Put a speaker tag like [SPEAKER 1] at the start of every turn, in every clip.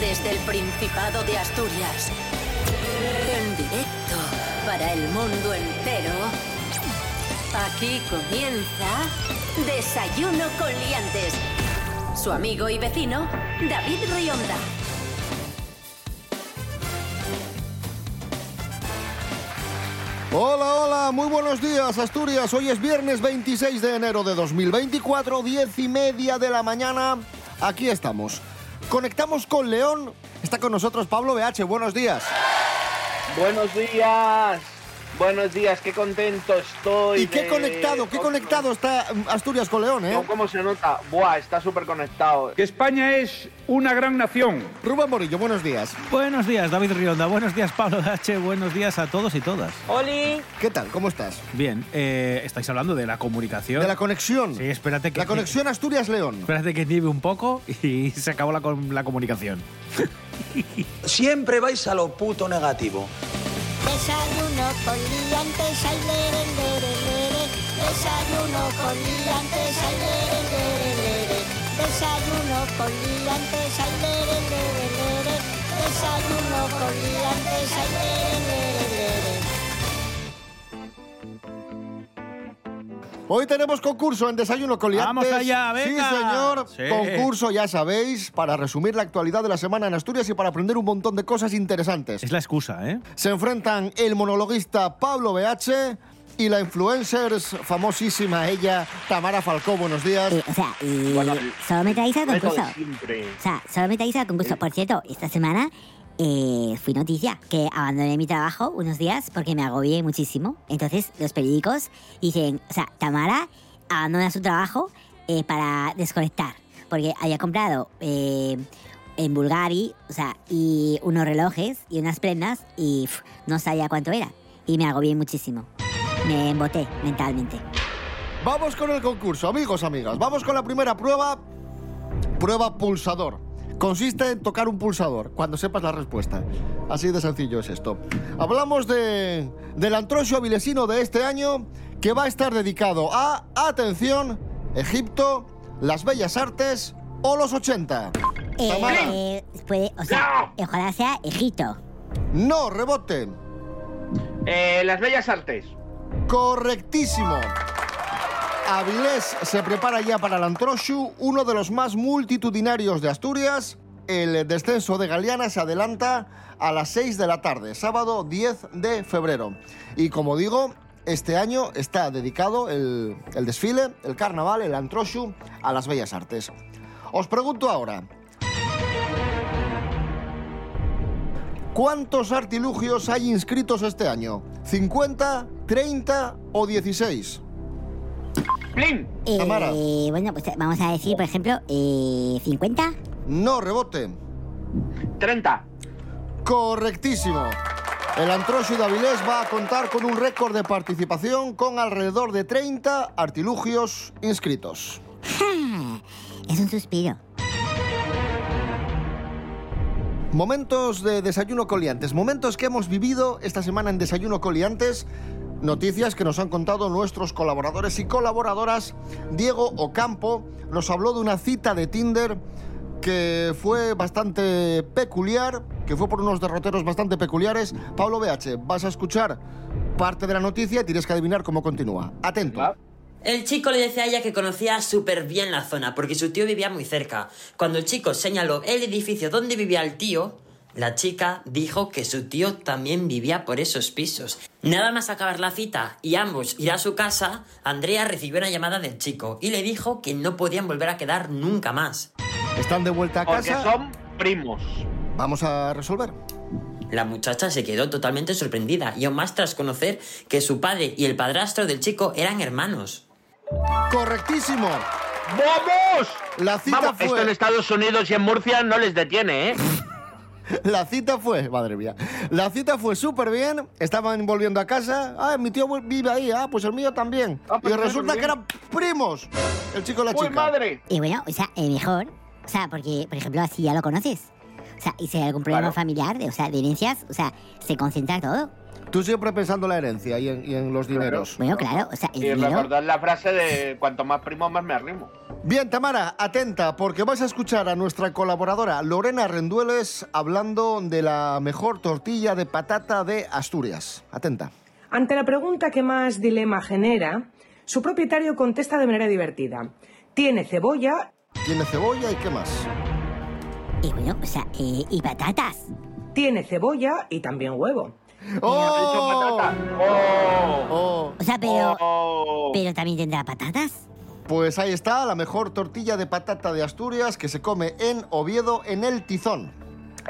[SPEAKER 1] Desde el Principado de Asturias. En directo para el mundo entero. Aquí comienza Desayuno con Liantes. Su amigo y vecino, David Rionda.
[SPEAKER 2] Hola, hola, muy buenos días Asturias. Hoy es viernes 26 de enero de 2024, 10 y media de la mañana. Aquí estamos. Conectamos con León. Está con nosotros Pablo BH. Buenos días.
[SPEAKER 3] Buenos días. Buenos días, qué contento estoy.
[SPEAKER 2] Y qué
[SPEAKER 3] de-
[SPEAKER 2] conectado, qué
[SPEAKER 3] Ostras,
[SPEAKER 2] conectado está mm, Asturias con León, ¿eh?
[SPEAKER 3] no, pues- ¿Cómo se nota? Buah, está súper conectado.
[SPEAKER 4] que España es una gran nación.
[SPEAKER 2] Rubén Morillo, buenos días.
[SPEAKER 5] Buenos días, David Rionda. Buenos días, Pablo H. Buenos días a todos y todas.
[SPEAKER 2] ¿Qué tal? ¿Cómo estás?
[SPEAKER 5] Bien, eh, estáis hablando de la comunicación.
[SPEAKER 2] De la conexión.
[SPEAKER 5] Sí, espérate que.
[SPEAKER 2] La conexión Asturias-León.
[SPEAKER 5] Espérate que nieve un poco y se acabó la, com- la comunicación.
[SPEAKER 6] Siempre vais a lo puto negativo.
[SPEAKER 7] Desayuno con liantes, ay, lere, lere, lere. Desayuno con liantes, ay, lere, lere, lere. Desayuno con liantes, ay, lere, lere, lere. Desayuno con liantes, ay, lere, lere, lere.
[SPEAKER 2] Hoy tenemos concurso en Desayuno con Liantes.
[SPEAKER 5] Vamos allá, venga.
[SPEAKER 2] Sí, señor.
[SPEAKER 5] Sí.
[SPEAKER 2] Concurso, ya sabéis, para resumir la actualidad de la semana en Asturias y para aprender un montón de cosas interesantes.
[SPEAKER 5] Es la excusa, ¿eh?
[SPEAKER 2] Se enfrentan el monologuista Pablo BH y la influencer famosísima ella, Tamara Falcó. Buenos días.
[SPEAKER 8] Y, Eh, o sea, y
[SPEAKER 3] Bueno,
[SPEAKER 8] solo metáis al
[SPEAKER 3] Reto
[SPEAKER 8] concurso.
[SPEAKER 3] de siempre.
[SPEAKER 8] O sea, solo metáis al concurso. Por cierto, esta semana eh, fui noticia que abandoné mi trabajo unos días porque me agobié muchísimo. Entonces, los periódicos dicen, o sea, Tamara abandona su trabajo eh, para desconectar. Porque había comprado eh, en Bulgari, o sea, y unos relojes y unas prendas y pf, no sabía cuánto era. Y me agobié muchísimo. Me emboté mentalmente.
[SPEAKER 2] Vamos con el concurso, amigos, amigas. Vamos con la primera prueba. Prueba pulsador. Consiste en tocar un pulsador cuando sepas la respuesta. Así de sencillo es esto. Hablamos de, del antrosio vilesino de este año que va a estar dedicado a, atención, Egipto, las bellas artes o los 80.
[SPEAKER 8] Eh,
[SPEAKER 2] Tamara.
[SPEAKER 8] eh, puede- o sea, ojalá sea Egipto.
[SPEAKER 2] No, rebote.
[SPEAKER 3] Eh, las bellas artes.
[SPEAKER 2] Correctísimo. Avilés se prepara ya para el Antroshu, uno de los más multitudinarios de Asturias. El descenso de Galeana se adelanta a las 6 de la tarde, sábado 10 de febrero. Y como digo, este año está dedicado el, el desfile, el carnaval, el Antroshu, a las bellas artes. Os pregunto ahora, ¿Cuántos artilugios hay inscritos este año? ¿50, 30 o 16?
[SPEAKER 3] ¡Plin!
[SPEAKER 8] Eh,
[SPEAKER 2] Tamara.
[SPEAKER 8] bueno, pues eh, vamos a decir, por ejemplo, eh, 50.
[SPEAKER 2] No, rebote.
[SPEAKER 3] 30.
[SPEAKER 2] Correctísimo. El Antrosio de Avilés va a contar con un récord de participación con alrededor de 30 artilugios inscritos.
[SPEAKER 8] ¡Ja! Es un suspiro.
[SPEAKER 2] Momentos de desayuno coliantes, momentos que hemos vivido esta semana en Desayuno coliantes, noticias que nos han contado nuestros colaboradores y colaboradoras. Diego Ocampo nos habló de una cita de Tinder que fue bastante peculiar, que fue por unos derroteros bastante peculiares. Pablo BH, vas a escuchar parte de la noticia y tienes que adivinar cómo continúa. Atento.
[SPEAKER 3] Va.
[SPEAKER 9] El chico le decía a ella que conocía súper bien la zona porque su tío vivía muy cerca. Cuando el chico señaló el edificio donde vivía el tío, la chica dijo que su tío también vivía por esos pisos. Nada más acabar la cita y ambos ir a su casa, Andrea recibió una llamada del chico y le dijo que no podían volver a quedar nunca más.
[SPEAKER 2] Están de vuelta a
[SPEAKER 3] Porque
[SPEAKER 2] casa.
[SPEAKER 3] son primos.
[SPEAKER 2] Vamos a resolver.
[SPEAKER 9] La muchacha se quedó totalmente sorprendida y aún más tras conocer que su padre y el padrastro del chico eran hermanos.
[SPEAKER 2] Correctísimo.
[SPEAKER 3] ¡Vamos!
[SPEAKER 2] La cita
[SPEAKER 3] Vamos,
[SPEAKER 2] fue-
[SPEAKER 3] Esto en Estados Unidos y en Murcia no les detiene, ¿eh?
[SPEAKER 2] La cita fue, madre mía, la cita fue súper bien, estaban volviendo a casa, ah, mi tío vive ahí, ah, pues el mío también.
[SPEAKER 3] Ah, pues
[SPEAKER 2] y
[SPEAKER 3] mira,
[SPEAKER 2] resulta
[SPEAKER 3] qué
[SPEAKER 2] que
[SPEAKER 3] bien.
[SPEAKER 2] eran primos, el chico y la
[SPEAKER 3] ¡Uy,
[SPEAKER 2] Ah, chica.
[SPEAKER 3] madre!
[SPEAKER 8] Y bueno, o sea, eh, mejor. O sea, porque, por ejemplo, así ya lo conoces. O sea, y si hay algún problema
[SPEAKER 3] Claro.
[SPEAKER 8] familiar, de- o sea, de herencias, o sea, se concentra todo.
[SPEAKER 2] Tú siempre pensando en la herencia y en, y en los dineros.
[SPEAKER 8] Bueno, claro, o sea, el
[SPEAKER 3] Y
[SPEAKER 8] dinero.
[SPEAKER 3] recordad la frase de cuanto más primos, más me arrimo.
[SPEAKER 2] Bien, Tamara, atenta, porque vas a escuchar a nuestra colaboradora Lorena Rendueles hablando de la mejor tortilla de patata de Asturias. Atenta.
[SPEAKER 10] Ante la pregunta que más dilema genera, su propietario contesta de manera divertida. Tiene cebolla,
[SPEAKER 2] Tiene cebolla y qué más.
[SPEAKER 8] Y bueno, o sea, eh, y patatas.
[SPEAKER 10] tiene cebolla y también huevo.
[SPEAKER 2] ¡Oh!
[SPEAKER 3] patata. ¡Oh!
[SPEAKER 2] ¡Oh!
[SPEAKER 8] O sea, pero,
[SPEAKER 3] ¡Oh!
[SPEAKER 8] pero también tendrá patatas.
[SPEAKER 2] Pues ahí está, la mejor tortilla de patata de Asturias que se come en Oviedo, en el Tizón.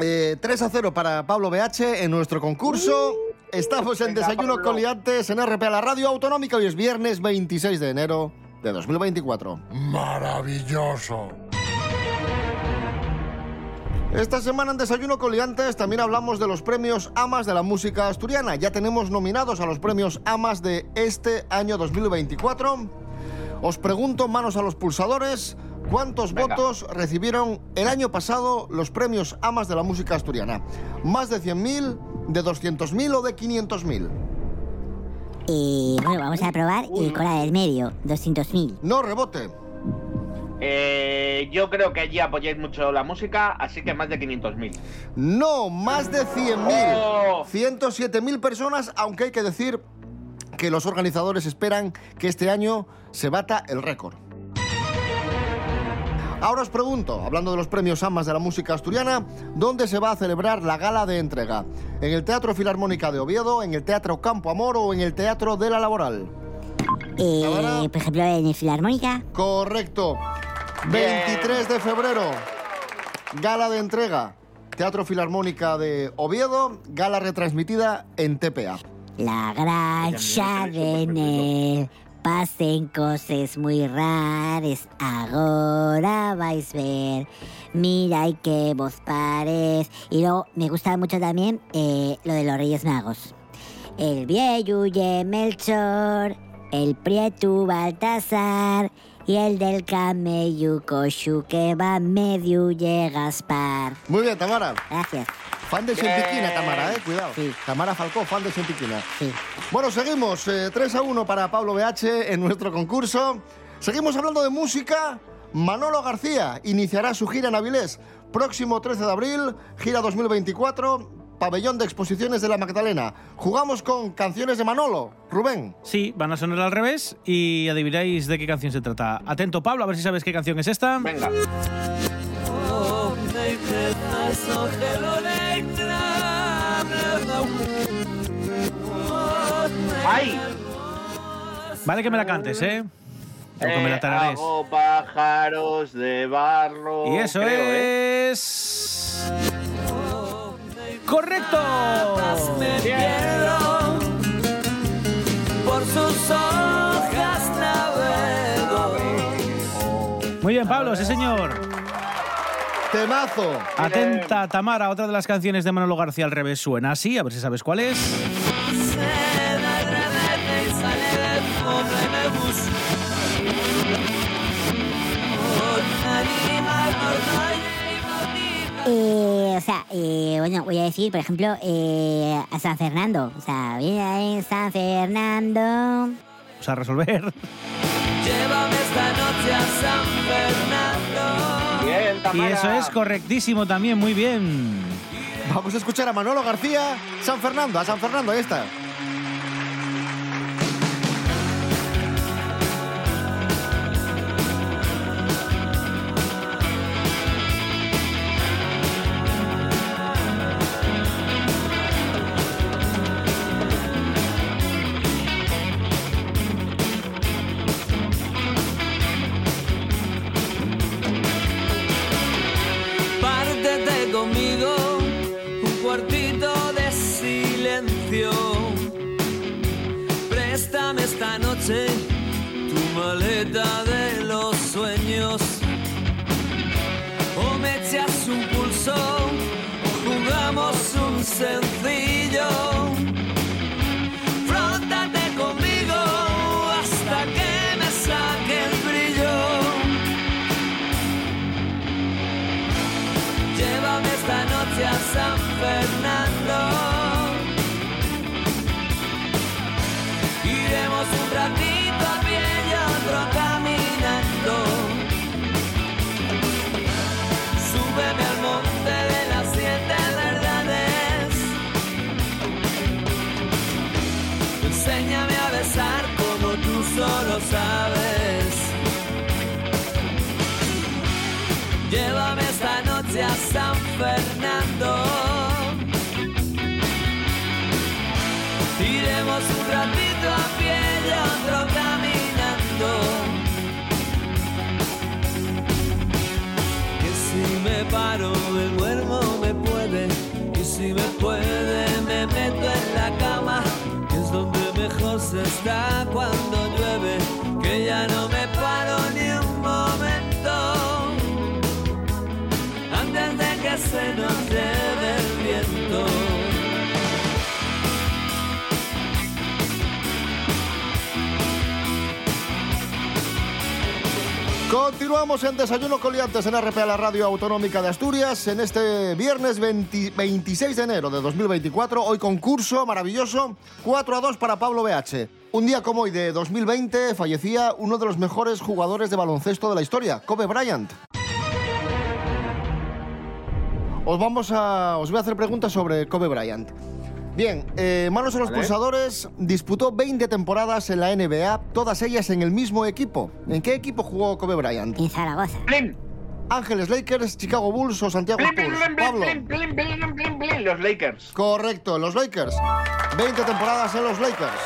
[SPEAKER 2] Eh, 3 a 0 para Pablo BH en nuestro concurso. Estamos en
[SPEAKER 3] Uh, Venga,
[SPEAKER 2] Desayuno
[SPEAKER 3] Pablo.
[SPEAKER 2] Coliantes en RP, la radio autonómica. Hoy es viernes 26 de enero de 2024.
[SPEAKER 11] Maravilloso.
[SPEAKER 2] Esta semana en Desayuno Coliantes también hablamos de los premios Amas de la Música Asturiana. Ya tenemos nominados a los premios Amas de este año 2024. Os pregunto, manos a los pulsadores, ¿cuántos
[SPEAKER 3] Venga.
[SPEAKER 2] votos recibieron el año pasado los premios Amas de la Música Asturiana? ¿Más de 100.000, de 200.000 o de 500.000?
[SPEAKER 8] Y bueno, vamos a probar eh, con la del medio, 200.000.
[SPEAKER 2] No rebote.
[SPEAKER 3] Eh, yo creo que allí apoyáis mucho la música, así que más de 500.000.
[SPEAKER 2] No, más de 100.000.
[SPEAKER 3] ¡Oh!
[SPEAKER 2] 107.000 personas, aunque hay que decir que los organizadores esperan que este año se bata el récord. Ahora os pregunto, hablando de los premios AMAS de la música asturiana, ¿dónde se va a celebrar la gala de entrega? ¿En el Teatro Filarmónica de Oviedo, en el Teatro Campo Amor o en el Teatro de la Laboral?
[SPEAKER 8] Eh,
[SPEAKER 2] Ahora-
[SPEAKER 8] por ejemplo, en el Filarmónica.
[SPEAKER 2] Correcto.
[SPEAKER 3] Bien.
[SPEAKER 2] 23 de febrero. Gala de entrega. Teatro Filarmónica de Oviedo. Gala retransmitida en TPA.
[SPEAKER 8] La granja de Nel. Pasen cosas muy raras, ahora vais a ver. Mira y que vos pares. Y luego me gusta mucho también eh, lo de los Reyes Magos. El viejo huye Melchor, el prieto Baltasar y el del camello Coshu que va medio huye Gaspar.
[SPEAKER 2] Muy bien, Tamara.
[SPEAKER 8] Gracias.
[SPEAKER 2] Fan de Sentiquina, Tamara, eh. Cuidado.
[SPEAKER 8] Sí.
[SPEAKER 2] Tamara Falcó, fan de Sentiquina.
[SPEAKER 8] Sí.
[SPEAKER 2] Bueno, seguimos. eh, 3 a 1 para Pablo BH en nuestro concurso. Seguimos hablando de música. Manolo García iniciará su gira en Avilés. Próximo 13 de abril, gira 2024, pabellón de exposiciones de la Magdalena. Jugamos con canciones de Manolo. Rubén.
[SPEAKER 5] Sí, van a sonar al revés y adivináis de qué canción se trata. Atento, Pablo, a ver si sabes qué canción es esta.
[SPEAKER 3] Venga. ¡Ay!
[SPEAKER 5] Vale que me la cantes, ¿eh? O que me
[SPEAKER 3] Eh,
[SPEAKER 5] la tararees.
[SPEAKER 3] hago pájaros de barro.
[SPEAKER 5] Y eso
[SPEAKER 3] creo, ¿eh?
[SPEAKER 5] es... ¡Correcto! Muy bien, Pablo, sí señor.
[SPEAKER 2] Temazo.
[SPEAKER 5] Atenta, Tamara, otra de las canciones de Manolo García al revés suena así, a ver si sabes cuál es.
[SPEAKER 8] Eh, o sea, eh, bueno, voy a decir, por ejemplo, eh, a San Fernando. O sea, viene ahí San Fernando.
[SPEAKER 5] Vamos a resolver.
[SPEAKER 3] Bien,
[SPEAKER 5] Y
[SPEAKER 3] Tamara.
[SPEAKER 5] eso es correctísimo también, muy bien.
[SPEAKER 2] Vamos a escuchar a Manolo García, San Fernando, a San Fernando, ahí está.
[SPEAKER 6] Pártete conmigo un cuartito de silencio. Préstame esta noche tu maleta de los sueños. O me echas un pulso o jugamos un sencillo. Fróntate conmigo hasta que me saque el brillo. Llévame esta noche a San Fernando. Iremos un ratito a pie y otro caminando. lo sabes. Llévame esta noche a San Fernando. Iremos un ratito a pie y otro caminando. Que si me paro me duermo me puede y si me puede me meto en la cama. que Es donde mejor se está cuando llueve. Que ya no me paro ni un momento antes de que se nos lleve el viento.
[SPEAKER 2] Continuamos en Desayuno Coliantes en RPA, la Radio Autonómica de Asturias, en este viernes 20 26 de enero de 2024. Hoy concurso maravilloso, 4 a 2 para Pablo BH. Un día como hoy de 2020 fallecía uno de los mejores jugadores de baloncesto de la historia, Kobe Bryant. Os vamos a. Os voy a hacer preguntas sobre Kobe Bryant. Bien, eh, manos a los
[SPEAKER 3] Vale.
[SPEAKER 2] pulsadores, disputó 20 temporadas en la NBA, todas ellas en el mismo equipo. ¿En qué equipo jugó Kobe Bryant?
[SPEAKER 8] En Zaragoza.
[SPEAKER 2] Ángeles Lakers, Chicago Bulls o Santiago
[SPEAKER 3] Blin, blin,
[SPEAKER 2] Spurs.
[SPEAKER 3] blin, blin,
[SPEAKER 2] Pablo.
[SPEAKER 3] blin, blin, blin, blin, blin, Los Lakers.
[SPEAKER 2] Correcto, los Lakers. 20 temporadas en los Lakers.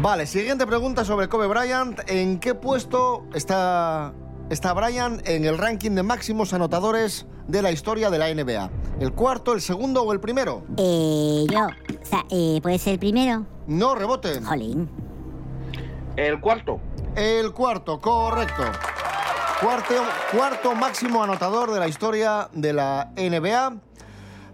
[SPEAKER 2] Vale, siguiente pregunta sobre Kobe Bryant. ¿En qué puesto está, está Bryant en el ranking de máximos anotadores de la historia de la NBA? ¿El cuarto, el segundo o el primero?
[SPEAKER 8] Eh, yo, o sea, eh, ¿puede ser el primero?
[SPEAKER 2] No, rebote.
[SPEAKER 8] Jolín.
[SPEAKER 3] El cuarto.
[SPEAKER 2] El cuarto, correcto. Cuarto, cuarto máximo anotador de la historia de la NBA,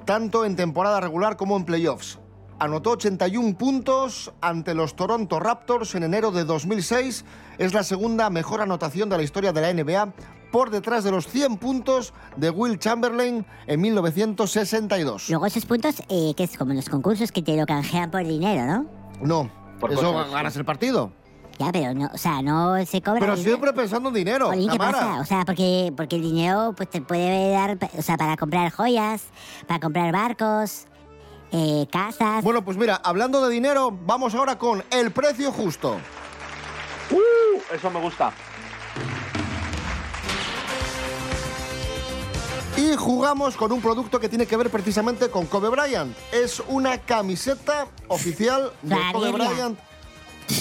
[SPEAKER 2] tanto en temporada regular como en playoffs. Anotó 81 puntos ante los Toronto Raptors en enero de 2006. Es la segunda mejor anotación de la historia de la NBA, por detrás de los 100 puntos de Will Chamberlain en 1962.
[SPEAKER 8] Luego esos puntos, eh, que es como en los concursos que te lo canjean por dinero, ¿no?
[SPEAKER 2] No,
[SPEAKER 3] Por
[SPEAKER 2] eso
[SPEAKER 3] cosas, sí.
[SPEAKER 2] ganas el partido.
[SPEAKER 8] Ya, pero no, o sea, no se cobra.
[SPEAKER 2] Pero
[SPEAKER 8] dinero.
[SPEAKER 2] siempre pensando en dinero,
[SPEAKER 8] Jolín, ¿qué
[SPEAKER 2] Tamara.
[SPEAKER 8] pasa? O sea, porque, porque el dinero pues te puede dar, o sea, para comprar joyas, para comprar barcos, eh, casas.
[SPEAKER 2] Bueno, pues mira, hablando de dinero, vamos ahora con el precio justo.
[SPEAKER 3] Uh, eso me gusta.
[SPEAKER 2] Y jugamos con un producto que tiene que ver precisamente con Kobe Bryant. Es una camiseta oficial de
[SPEAKER 8] La
[SPEAKER 2] Kobe
[SPEAKER 8] Biblia.
[SPEAKER 2] Bryant.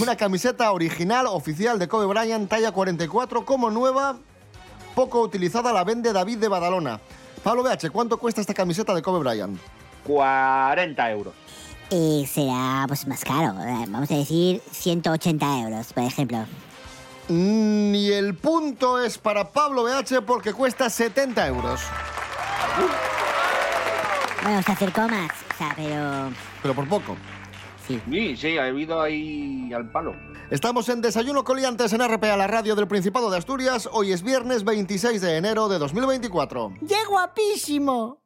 [SPEAKER 2] Una camiseta original oficial de Kobe Bryant, talla 44, como nueva, poco utilizada, la vende David de Badalona. Pablo BH, ¿cuánto cuesta esta camiseta de Kobe Bryant?
[SPEAKER 3] 40 euros.
[SPEAKER 8] Eh, será pues más caro, eh, vamos a decir 180 euros, por ejemplo.
[SPEAKER 2] Mm, Y el punto es para Pablo BH porque cuesta 70 euros.
[SPEAKER 8] Bueno, se acercó más, o sea, pero...
[SPEAKER 2] Pero por poco.
[SPEAKER 3] Sí, sí, ha habido ahí al palo.
[SPEAKER 2] Estamos en Desayuno Coliantes en RPA, la radio del Principado de Asturias. Hoy es viernes 26 de enero de 2024.
[SPEAKER 7] ¡Qué guapísimo!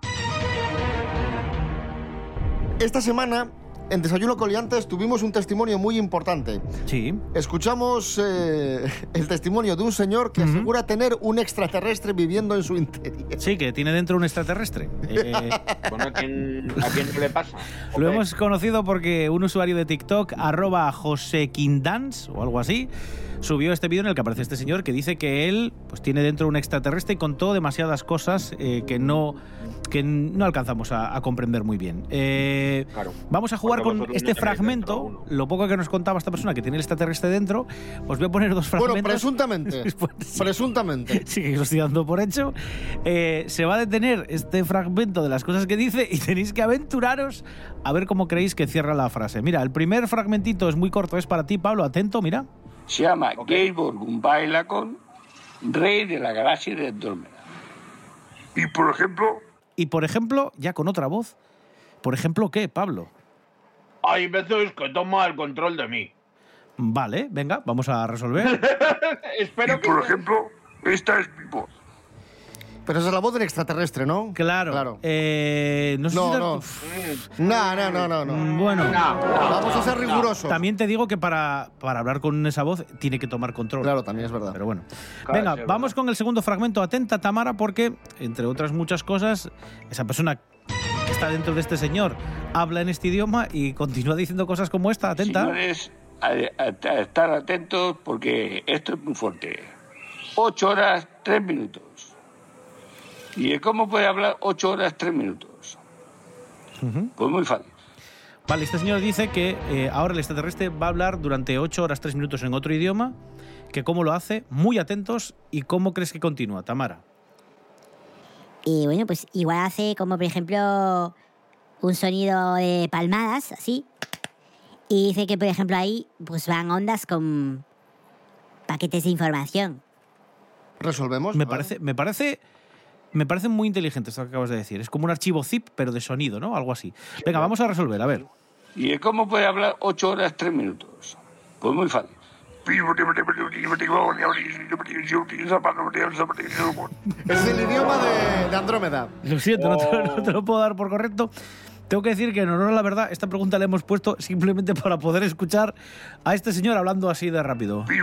[SPEAKER 2] Esta semana, en Desayuno Coliantes, tuvimos un testimonio muy importante.
[SPEAKER 5] Sí.
[SPEAKER 2] Escuchamos eh, el testimonio de un señor que asegura tener un extraterrestre viviendo en su interior.
[SPEAKER 5] Sí, que tiene dentro un extraterrestre. Eh,
[SPEAKER 3] Bueno, ¿a quién, a quién le pasa?
[SPEAKER 5] Lo
[SPEAKER 3] Joder.
[SPEAKER 5] hemos conocido porque un usuario de TikTok, arroba josequindans o algo así, subió este vídeo en el que aparece este señor que dice que él pues, tiene dentro un extraterrestre y contó demasiadas cosas eh, que, no, que no alcanzamos a, a comprender muy bien. Eh,
[SPEAKER 3] Claro.
[SPEAKER 5] Vamos a jugar
[SPEAKER 3] Porque
[SPEAKER 5] con
[SPEAKER 3] vosotros
[SPEAKER 5] este
[SPEAKER 3] no tenéis dentro
[SPEAKER 5] fragmento,
[SPEAKER 3] uno.
[SPEAKER 5] lo poco que nos contaba esta persona que tiene el extraterrestre dentro. Os voy a poner dos
[SPEAKER 2] Bueno,
[SPEAKER 5] fragmentos.
[SPEAKER 2] presuntamente.
[SPEAKER 5] Pues
[SPEAKER 2] Presuntamente.
[SPEAKER 5] Sí, que lo estoy dando por hecho. Eh, se va a detener este fragmento de las cosas que dice y tenéis que aventuraros a ver cómo creéis que cierra la frase. Mira, el primer fragmentito es muy corto, es para ti, Pablo. Atento, mira.
[SPEAKER 12] Se llama Georg Gumbailacon, rey de la galaxia de Andrómeda.
[SPEAKER 11] Y por ejemplo,
[SPEAKER 5] Y por ejemplo, ya con otra voz. Por ejemplo, ¿qué, Pablo?
[SPEAKER 3] Hay veces que toma el control de mí.
[SPEAKER 5] Vale, venga, vamos a resolver.
[SPEAKER 3] Espero
[SPEAKER 11] y por ejemplo, esta es mi voz.
[SPEAKER 2] Pero esa es la voz del extraterrestre, ¿no?
[SPEAKER 5] Claro.
[SPEAKER 2] Claro.
[SPEAKER 5] Eh, no sé
[SPEAKER 2] No,
[SPEAKER 5] si-
[SPEAKER 2] no. No, no, no, no, no.
[SPEAKER 5] Bueno,
[SPEAKER 2] Vamos a ser rigurosos.
[SPEAKER 5] Mm. también te digo que para, para hablar con esa voz tiene que tomar control.
[SPEAKER 2] Claro, también es verdad.
[SPEAKER 5] Pero bueno.
[SPEAKER 3] Claro,
[SPEAKER 5] Venga,
[SPEAKER 3] sí, es
[SPEAKER 5] vamos con el segundo fragmento. Atenta, Tamara, porque, entre otras muchas cosas, esa persona que está dentro de este señor habla en este idioma y continúa diciendo cosas como esta. Atenta.
[SPEAKER 3] eh.
[SPEAKER 12] Señores, a, a- a estar atentos porque esto es muy fuerte. Ocho horas, tres minutos. ¿Y de cómo puede hablar ocho horas, tres minutos? Pues muy fácil.
[SPEAKER 5] Vale, este señor dice que eh, ahora el extraterrestre va a hablar durante 8 horas 3 minutos en otro idioma, que cómo lo hace, muy atentos y cómo crees que continúa, Tamara.
[SPEAKER 8] Y bueno, pues igual hace como por ejemplo un sonido de palmadas, así. Y dice que por ejemplo ahí pues van ondas con paquetes de información.
[SPEAKER 2] Resolvemos.
[SPEAKER 5] Me parece, me parece, me parece muy inteligente esto que acabas de decir. Es como un archivo zip, pero de sonido, ¿no? Algo así. Venga, vamos a resolver, a ver.
[SPEAKER 12] ¿Y de cómo puede hablar ocho horas, tres minutos? Pues muy fácil.
[SPEAKER 2] Es el idioma de, de Andrómeda.
[SPEAKER 5] Lo siento, no, te, no te lo puedo dar por correcto. Tengo que decir que en honor a la verdad, esta pregunta la hemos puesto simplemente para poder escuchar a este señor hablando así de rápido.
[SPEAKER 2] ¿Eh?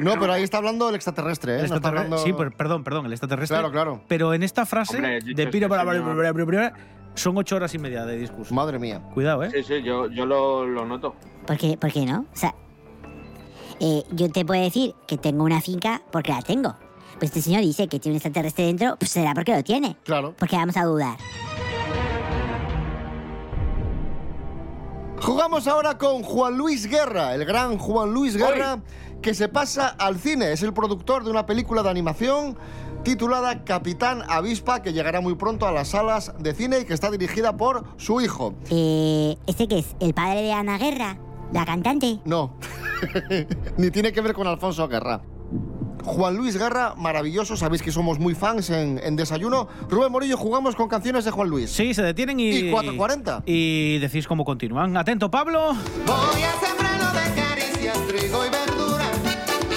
[SPEAKER 2] No, pero ahí está hablando el extraterrestre, ¿eh?
[SPEAKER 5] El
[SPEAKER 2] No está
[SPEAKER 5] extraterre-
[SPEAKER 2] hablando...
[SPEAKER 5] Sí, per- perdón, perdón, el extraterrestre.
[SPEAKER 2] Claro, claro.
[SPEAKER 5] Pero en esta frase
[SPEAKER 2] Hombre, yo-
[SPEAKER 5] de
[SPEAKER 2] yo-
[SPEAKER 5] piro
[SPEAKER 2] yo-
[SPEAKER 5] para
[SPEAKER 2] yo-
[SPEAKER 5] bla, bla, bla, bla, bla, son ocho horas y media de discurso.
[SPEAKER 2] Madre mía.
[SPEAKER 5] Cuidado, ¿eh?
[SPEAKER 3] Sí, sí, yo, yo lo, lo noto.
[SPEAKER 8] ¿Por qué, por qué no? O sea, eh, yo te puedo decir que tengo una finca porque la tengo. Pues este señor dice que tiene un extraterrestre dentro, pues será porque lo tiene.
[SPEAKER 2] Claro.
[SPEAKER 8] Porque vamos a dudar.
[SPEAKER 2] Jugamos ahora con Juan Luis Guerra, el gran Juan Luis Guerra, que se pasa al cine. Es el productor de una película de animación titulada Capitán Avispa, que llegará muy pronto a las salas de cine y que está dirigida por su hijo.
[SPEAKER 8] Eh, ¿Este qué es? ¿El padre de Ana Guerra? ¿La cantante?
[SPEAKER 2] No, ni tiene que ver con Alfonso Guerra. Juan Luis Guerra, maravilloso, sabéis que somos muy fans en, en Desayuno. Rubén Morillo, jugamos con canciones de Juan Luis.
[SPEAKER 5] Sí, se detienen y...
[SPEAKER 2] Y 4.40.
[SPEAKER 5] Y decís cómo continúan. Atento, Pablo.
[SPEAKER 13] Voy a sembrarlo de caricias, trigo y verdura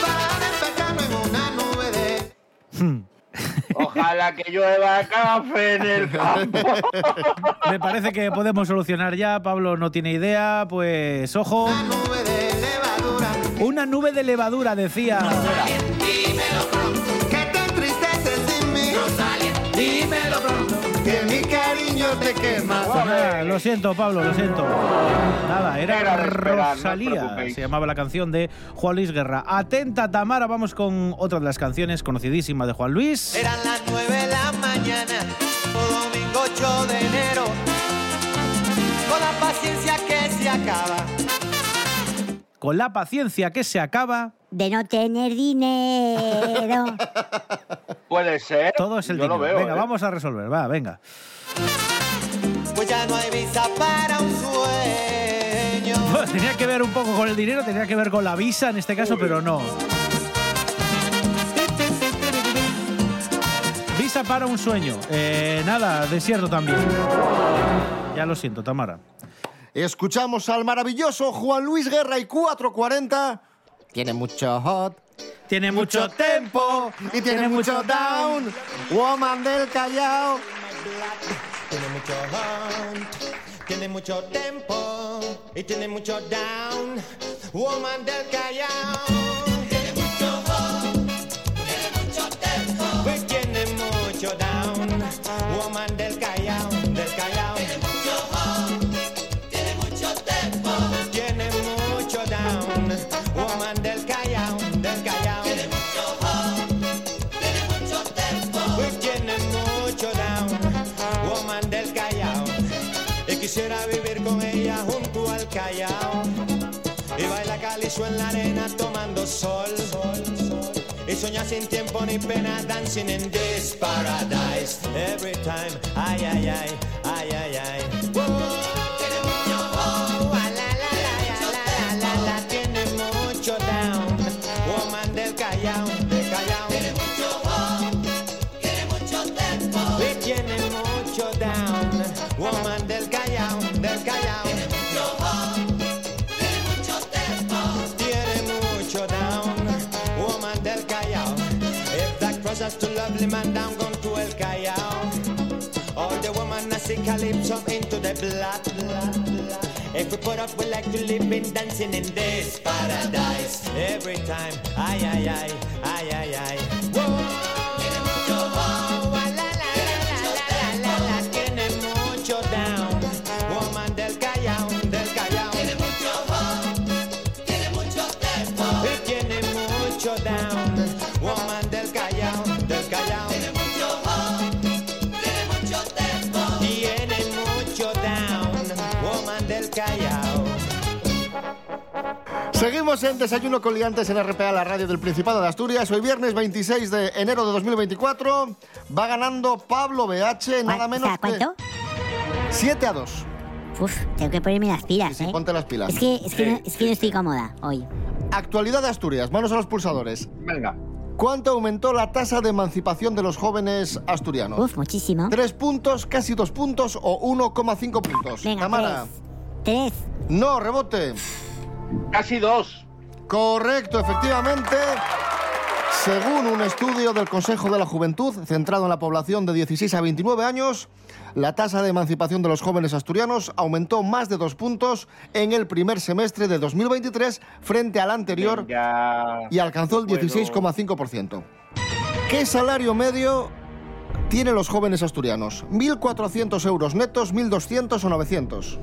[SPEAKER 13] para despertarlo en una nube de.
[SPEAKER 3] Ojalá que llueva café en el campo.
[SPEAKER 5] Me parece que podemos solucionar ya. Pablo no tiene idea, pues ojo. Una nube de levadura, decía.
[SPEAKER 13] Dímelo pronto, que te entristeces sin mí. Rosalia, dímelo pronto, que mi cariño te quema.
[SPEAKER 5] Pues nada, lo siento, Pablo, lo siento. Nada, era,
[SPEAKER 13] Era de esperar, no os
[SPEAKER 5] Rosalía.
[SPEAKER 13] preocupéis.
[SPEAKER 5] se llamaba la canción de Juan Luis Guerra. Atenta, Tamara, vamos con otra de las canciones conocidísima de Juan Luis.
[SPEAKER 13] Eran las nueve de la mañana, o domingo 8 de enero. Con la paciencia que se acaba.
[SPEAKER 5] Con la paciencia que se acaba.
[SPEAKER 8] De no tener dinero.
[SPEAKER 3] Puede ser.
[SPEAKER 5] Todo es el
[SPEAKER 3] Yo
[SPEAKER 5] dinero.
[SPEAKER 3] lo veo.
[SPEAKER 5] venga,
[SPEAKER 3] ¿eh?
[SPEAKER 5] vamos a resolver. Va, venga.
[SPEAKER 13] Pues ya no hay visa para un sueño.
[SPEAKER 5] Bueno, tenía que ver un poco con el dinero, tenía que ver con la visa en este caso, pero no. Visa para un sueño. Eh, nada, desierto también. Ya lo siento, Tamara.
[SPEAKER 2] Escuchamos al maravilloso Juan Luis Guerra y 440. Tiene mucho hot.
[SPEAKER 5] Tiene
[SPEAKER 2] mucho tempo y tiene mucho down. Woman del Callao.
[SPEAKER 13] Tiene mucho on, tiene mucho tempo y tiene mucho down. Woman del Callao. Tiene mucho on, tiene mucho tempo y tiene mucho down. Woman del Callao, del Callao. Tiene mucho on, tiene mucho tempo, tiene mucho down. Woman del Callao, del Callao. Tiene mucho on, tiene mucho tempo y tiene mucho down. Woman del Callao Y quisiera vivir con ella junto al Callao Y baila calizo en la arena tomando sol, Y soñar sin tiempo ni pena dancing in this paradise Every time, ay, ay, ay, ay, ay, ay Tiene mucho Tiene mucho down Woman del Callao, del Callao Tiene mucho tiene mucho tempo y tiene mucho down. Woman del Callao, del Callao. Tiene mucho hop, tiene mucho tempo, tiene mucho down. Woman del Callao. If that crosses to lovely man down, gone to el Callao. All the woman I see calypso into the black. If we put up, we like to live in dancing in this paradise. Every time, ay ay ay, ay ay ay. Whoa. Tiene mucho oh, ah, la, la, la, la, la, la, la, la. Tiene mucho down, woman del Callao,
[SPEAKER 2] Seguimos en Desayuno con Liantes en RPA, la radio del Principado de Asturias. Hoy viernes 26 de enero de 2024. Va ganando Pablo BH, nada menos
[SPEAKER 8] cuánto?
[SPEAKER 2] 7 a 2.
[SPEAKER 8] Uf, tengo que ponerme las pilas, ¿eh?
[SPEAKER 2] Ponte las pilas.
[SPEAKER 8] Es que, es, que no, es que no estoy cómoda hoy.
[SPEAKER 2] Actualidad de Asturias, manos a los pulsadores.
[SPEAKER 3] Venga.
[SPEAKER 2] ¿Cuánto aumentó la tasa de emancipación de los jóvenes asturianos?
[SPEAKER 8] Uf, muchísimo.
[SPEAKER 2] ¿Tres puntos, casi dos puntos o 1,5 puntos?
[SPEAKER 8] Venga,
[SPEAKER 2] Tamara.
[SPEAKER 8] Tres.
[SPEAKER 2] No, rebote.
[SPEAKER 3] Casi dos.
[SPEAKER 2] Correcto, efectivamente. Según un estudio del Consejo de la Juventud, centrado en la población de 16 a 29 años, la tasa de emancipación de los jóvenes asturianos aumentó más de dos puntos en el primer semestre de 2023 frente al anterior
[SPEAKER 3] Venga.
[SPEAKER 2] y alcanzó el
[SPEAKER 3] Bueno.
[SPEAKER 2] 16,5%. ¿Qué salario medio tienen los jóvenes asturianos? ¿1.400 euros netos, 1.200 o 900?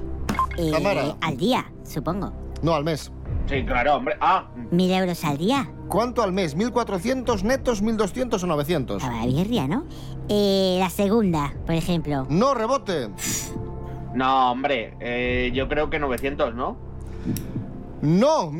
[SPEAKER 8] Eh,
[SPEAKER 2] Tamara.
[SPEAKER 8] al día, supongo.
[SPEAKER 2] No, al mes.
[SPEAKER 3] Sí, claro, hombre. Ah,
[SPEAKER 2] Mm.
[SPEAKER 8] Mil euros al día.
[SPEAKER 2] ¿Cuánto al mes? ¿1.400 netos, 1.200 o 900?
[SPEAKER 8] A birria, ¿no? Eh, la segunda, por ejemplo.
[SPEAKER 2] No rebote.
[SPEAKER 3] no, hombre. eh, yo creo que 900, ¿no?
[SPEAKER 2] No,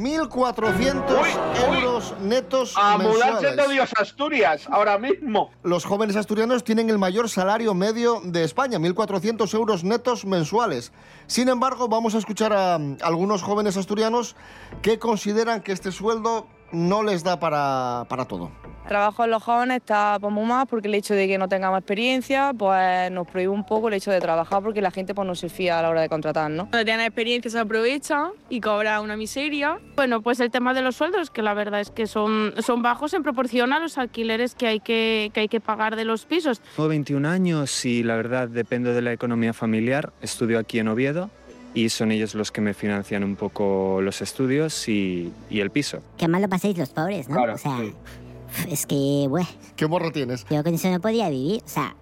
[SPEAKER 2] 1.400 euros netos
[SPEAKER 3] A mudarse de
[SPEAKER 2] mensuales.
[SPEAKER 3] Dios Asturias, ahora mismo.
[SPEAKER 2] Los jóvenes asturianos tienen el mayor salario medio de España, 1.400 euros netos mensuales. Sin embargo, vamos a escuchar a mm, algunos jóvenes asturianos que consideran que este sueldo no les da para, para todo.
[SPEAKER 14] trabajo en los jóvenes está pues, muy mal porque el hecho de que no tengamos experiencia pues nos prohíbe un poco el hecho de trabajar porque la gente pues no se fía a la hora de contratar, ¿no?
[SPEAKER 15] Cuando tienen experiencia se aprovecha y cobra una miseria. Bueno, pues el tema de los sueldos, que la verdad es que son, son bajos en proporción a los alquileres que hay que, que hay que pagar de los pisos.
[SPEAKER 16] Tengo 21 años y la verdad dependo de la economía familiar. Estudio aquí en Oviedo y son ellos los que me financian un poco los estudios y, y el piso.
[SPEAKER 8] Qué mal lo pasáis los pobres, ¿no? o sea, pf, es que, güey.
[SPEAKER 2] ¿Qué morro tienes?
[SPEAKER 8] Yo con eso no podía vivir. O sea,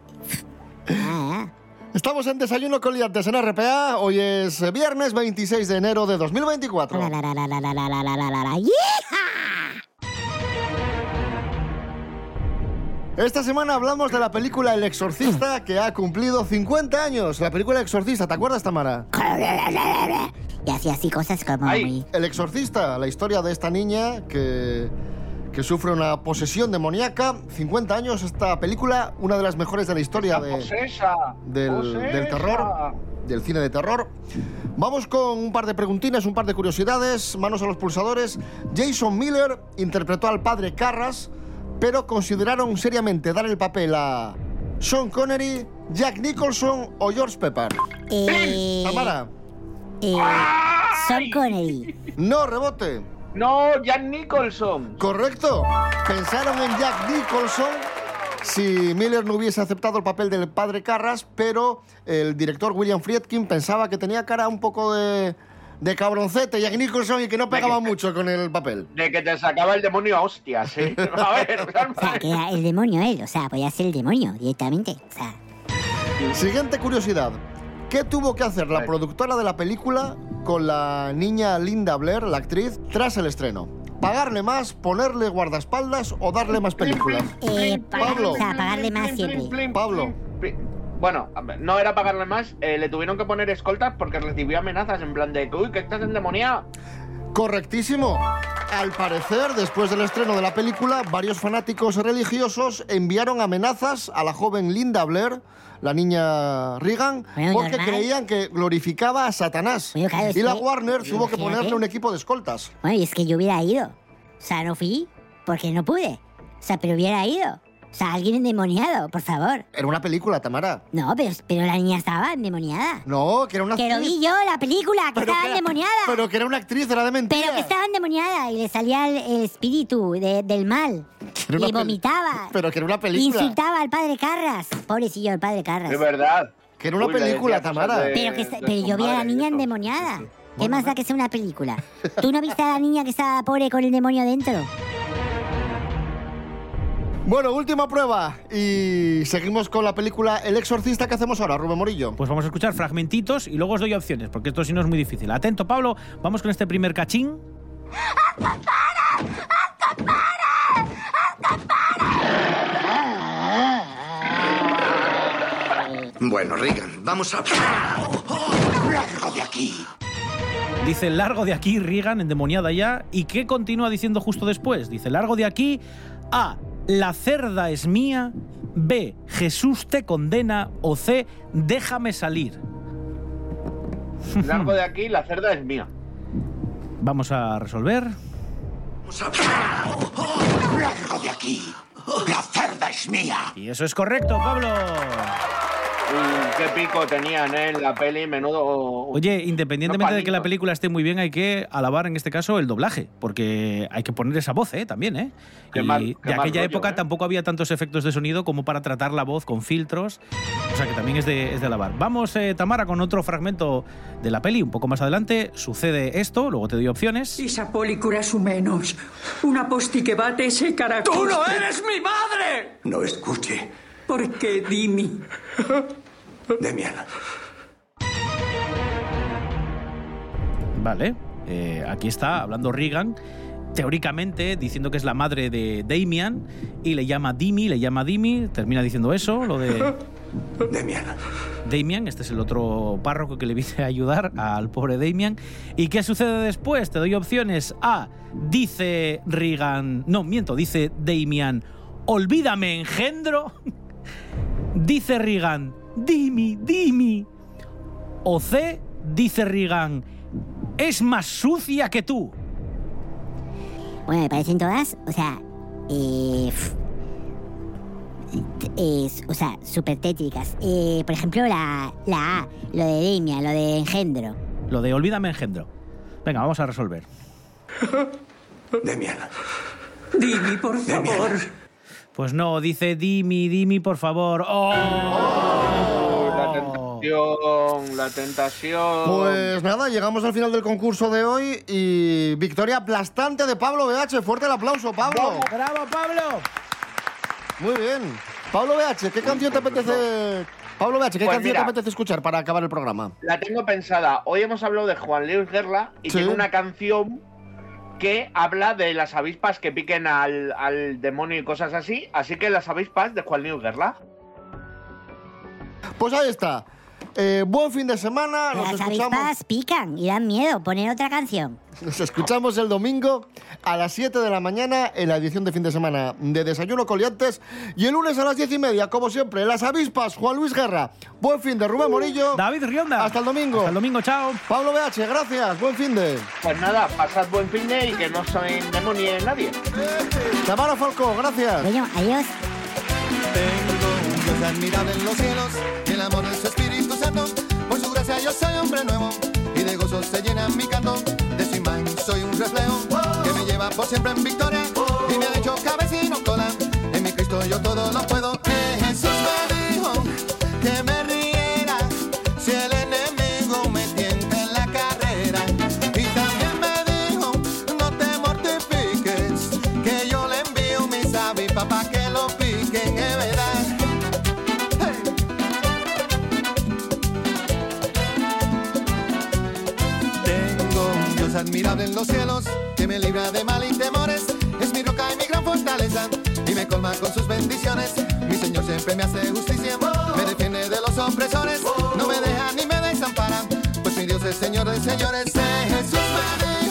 [SPEAKER 2] Estamos en Desayuno con Liantes en RPA. Hoy es eh, viernes 26 de enero de 2024. Esta semana hablamos de la película El Exorcista que ha cumplido 50 años. La película El Exorcista, ¿te acuerdas, Tamara?
[SPEAKER 8] y hacía así cosas como muy-
[SPEAKER 2] El Exorcista, la historia de esta niña que, que sufre una posesión demoníaca. 50 años, esta película, una de las mejores de la historia de-
[SPEAKER 3] Posesa.
[SPEAKER 2] del,
[SPEAKER 3] posesa.
[SPEAKER 2] del terror, del cine de terror. Vamos con un par de preguntinas, un par de curiosidades, manos a los pulsadores. Jason Miller interpretó al padre Carras, pero consideraron seriamente dar el papel a Sean Connery, Jack Nicholson o George Pepper.
[SPEAKER 8] Eh,
[SPEAKER 2] Tamara.
[SPEAKER 8] eh, Sean Connery.
[SPEAKER 2] No, rebote.
[SPEAKER 3] No, Jack Nicholson.
[SPEAKER 2] Correcto. Pensaron en Jack Nicholson si Miller no hubiese aceptado el papel del padre Carras, pero el director William Friedkin pensaba que tenía cara un poco de, de cabroncete Jack Nicholson y que no pegaba mucho con el papel.
[SPEAKER 3] De que te sacaba el demonio a hostias, ¿eh? A ver,
[SPEAKER 8] O sea, que era el demonio él. O sea, podía ser el demonio directamente. O sea,
[SPEAKER 2] Siguiente curiosidad. ¿Qué tuvo que hacer la productora de la película con la niña Linda Blair, la actriz, tras el estreno? ¿Pagarle más, ponerle guardaespaldas o darle más películas?
[SPEAKER 8] eh,
[SPEAKER 2] Pablo.
[SPEAKER 8] o sea, pagarle más siempre.
[SPEAKER 2] Pablo.
[SPEAKER 3] Bueno, a ver, no era pagarle más, eh, le tuvieron que poner escoltas porque recibió amenazas en plan de que, uy, que estás endemoniado.
[SPEAKER 2] Correctísimo. Al parecer, después del estreno de la película, varios fanáticos religiosos enviaron amenazas a la joven Linda Blair, la niña Reagan,
[SPEAKER 8] Bueno,
[SPEAKER 2] porque
[SPEAKER 8] normal.
[SPEAKER 2] creían que glorificaba a Satanás.
[SPEAKER 8] claro, es
[SPEAKER 2] y la
[SPEAKER 8] que-
[SPEAKER 2] Warner tuvo que
[SPEAKER 8] imagínate.
[SPEAKER 2] ponerle un equipo de escoltas.
[SPEAKER 8] Bueno, y es que yo hubiera ido. O sea, no fui porque no pude. O sea, pero hubiera ido. O sea, alguien endemoniado, por favor.
[SPEAKER 2] Era una película, Tamara.
[SPEAKER 8] No, pero, pero la niña estaba endemoniada.
[SPEAKER 2] No, que era una
[SPEAKER 8] Que lo
[SPEAKER 2] actriz.
[SPEAKER 8] vi yo, la película, que estaba
[SPEAKER 2] que era-
[SPEAKER 8] endemoniada.
[SPEAKER 2] Ah, Pero que era una actriz, era de mentira.
[SPEAKER 8] Pero que estaba endemoniada y le salía el, el espíritu de- del mal.
[SPEAKER 2] Era una peli-
[SPEAKER 8] Y vomitaba.
[SPEAKER 2] Pero que era una
[SPEAKER 8] Y
[SPEAKER 2] película.
[SPEAKER 8] insultaba al padre Carras. Pobrecillo el padre Carras.
[SPEAKER 3] verdad.
[SPEAKER 2] Que era una
[SPEAKER 3] Uy, le
[SPEAKER 2] película,
[SPEAKER 3] decía cosas
[SPEAKER 2] Tamara.
[SPEAKER 3] de-
[SPEAKER 8] Pero, que,
[SPEAKER 3] de
[SPEAKER 8] pero
[SPEAKER 3] su
[SPEAKER 8] yo vi a la
[SPEAKER 3] madre y
[SPEAKER 8] niña
[SPEAKER 3] eso.
[SPEAKER 8] endemoniada. ¿Qué más da que sea una película? ¿Tú no viste a la niña que estaba pobre con el demonio dentro?
[SPEAKER 2] Bueno, última prueba. Y seguimos con la película El Exorcista que hacemos ahora, Rubén Morillo.
[SPEAKER 5] Pues vamos a escuchar fragmentitos y luego os doy opciones, porque esto si no es muy difícil. Atento, Pablo, vamos con este primer cachín.
[SPEAKER 17] Bueno, Regan, vamos a... ¡Largo de aquí!
[SPEAKER 5] Dice, largo de aquí, Reagan, endemoniada ya. ¿Y qué continúa diciendo justo después? Dice, largo de aquí, A, la cerda es mía, B, Jesús te condena, o C, déjame salir.
[SPEAKER 3] Largo de aquí, la cerda es mía.
[SPEAKER 5] Vamos a resolver.
[SPEAKER 17] Largo de aquí. La cerda es mía.
[SPEAKER 5] Y eso es correcto, Pablo.
[SPEAKER 3] Mm, qué pico tenían ¿eh? en la peli, menudo.
[SPEAKER 5] Oye, independientemente de que la película esté muy bien, hay que alabar en este caso el doblaje, porque hay que poner esa voz ¿eh? también. ¿eh?
[SPEAKER 3] Qué
[SPEAKER 5] y
[SPEAKER 3] mal-
[SPEAKER 5] de
[SPEAKER 3] qué mal
[SPEAKER 5] aquella
[SPEAKER 3] rollo,
[SPEAKER 5] época
[SPEAKER 3] ¿eh?
[SPEAKER 5] tampoco había tantos efectos de sonido como para tratar la voz con filtros, o sea que también es de, es de alabar. Vamos, eh, Tamara, con otro fragmento de la peli, un poco más adelante. Sucede esto, luego te doy opciones.
[SPEAKER 18] Esa policura su menos. Una posti que bate ese caracol.
[SPEAKER 17] ¡Tú no eres
[SPEAKER 18] mi madre!
[SPEAKER 17] No escuche,
[SPEAKER 18] Porque Dimi.
[SPEAKER 17] Demian.
[SPEAKER 5] Vale, eh, aquí está hablando Regan, teóricamente diciendo que es la madre de Damian y le llama Dimi, le llama Dimi, termina diciendo eso, lo de...
[SPEAKER 17] Demian.
[SPEAKER 5] Damian, este es el otro párroco que le viene a ayudar al pobre Damian. ¿Y qué sucede después? Te doy opciones. A, dice Regan, no, miento, dice Damian, olvídame engendro. Dice Regan, Dimi, Dimi. O C, dice Regan, es más sucia que tú.
[SPEAKER 8] Bueno, me parecen todas, o sea, eh, pf, t- es, o sea, súper tétricas. Eh, por ejemplo, la, la A, lo de Demia, lo de engendro.
[SPEAKER 5] Lo de olvídame engendro. Venga, vamos a resolver.
[SPEAKER 17] Demian.
[SPEAKER 18] Dimi, por favor.
[SPEAKER 5] Pues no, dice Dimi, Dimi, por favor. ¡Oh!
[SPEAKER 3] La tentación, la tentación.
[SPEAKER 2] Pues nada, llegamos al final del concurso de hoy y victoria aplastante de Pablo BH. Fuerte el aplauso, Pablo.
[SPEAKER 5] Vamos, ¡Bravo, Pablo!
[SPEAKER 2] Muy bien. Pablo BH, ¿qué canción te apetece? Pablo BH, ¿qué
[SPEAKER 3] Pues
[SPEAKER 2] canción
[SPEAKER 3] mira.
[SPEAKER 2] te apetece escuchar para acabar el programa?
[SPEAKER 3] La tengo pensada. Hoy hemos hablado de Juan Luis Guerra y
[SPEAKER 2] Sí.
[SPEAKER 3] tiene una canción que habla de las avispas que piquen al, al demonio y cosas así. Así que las avispas de Juan Luis Guerra.
[SPEAKER 2] Pues ahí está. Eh, buen fin de semana. Nos
[SPEAKER 8] Las
[SPEAKER 2] escuchamos,
[SPEAKER 8] avispas pican y dan miedo. Poner otra canción.
[SPEAKER 2] nos escuchamos el domingo a las 7 de la mañana en la edición de fin de semana de Desayuno Coliantes y el lunes a las 10 y media, como siempre, las avispas, Juan Luis Guerra. Buen fin de Rubén Morillo.
[SPEAKER 5] David Rionda.
[SPEAKER 2] Hasta el domingo. Hasta el
[SPEAKER 5] domingo, chao.
[SPEAKER 2] Pablo BH, gracias. Buen fin de.
[SPEAKER 3] Pues nada, pasad buen fin de y que no soy demonio ni nadie.
[SPEAKER 2] Tamara Falco, gracias.
[SPEAKER 8] adiós.
[SPEAKER 13] Un Dios admirable en los cielos y el amor de su Espíritu Santo. Por su gracia yo soy hombre nuevo y de gozo se llena mi canto. De su imán soy un reflejo que me lleva por siempre en victoria y me ha hecho cabecino cola. En mi Cristo yo todo lo puedo. Que Jesús me dijo que me riera si el enemigo me tienta en la carrera. Y también me dijo no te mortifiques que yo le envío mis avispas para que lo piquen, es verdad. Tengo un Dios admirable en los cielos que me libra de mal y temores. Es mi roca y mi gran fortaleza y me colma con sus bendiciones. Mi Señor siempre me hace justicia, me defiende de los opresores. No me deja ni me desampara, pues mi Dios es Señor de señores. Eh, Jesús me dijo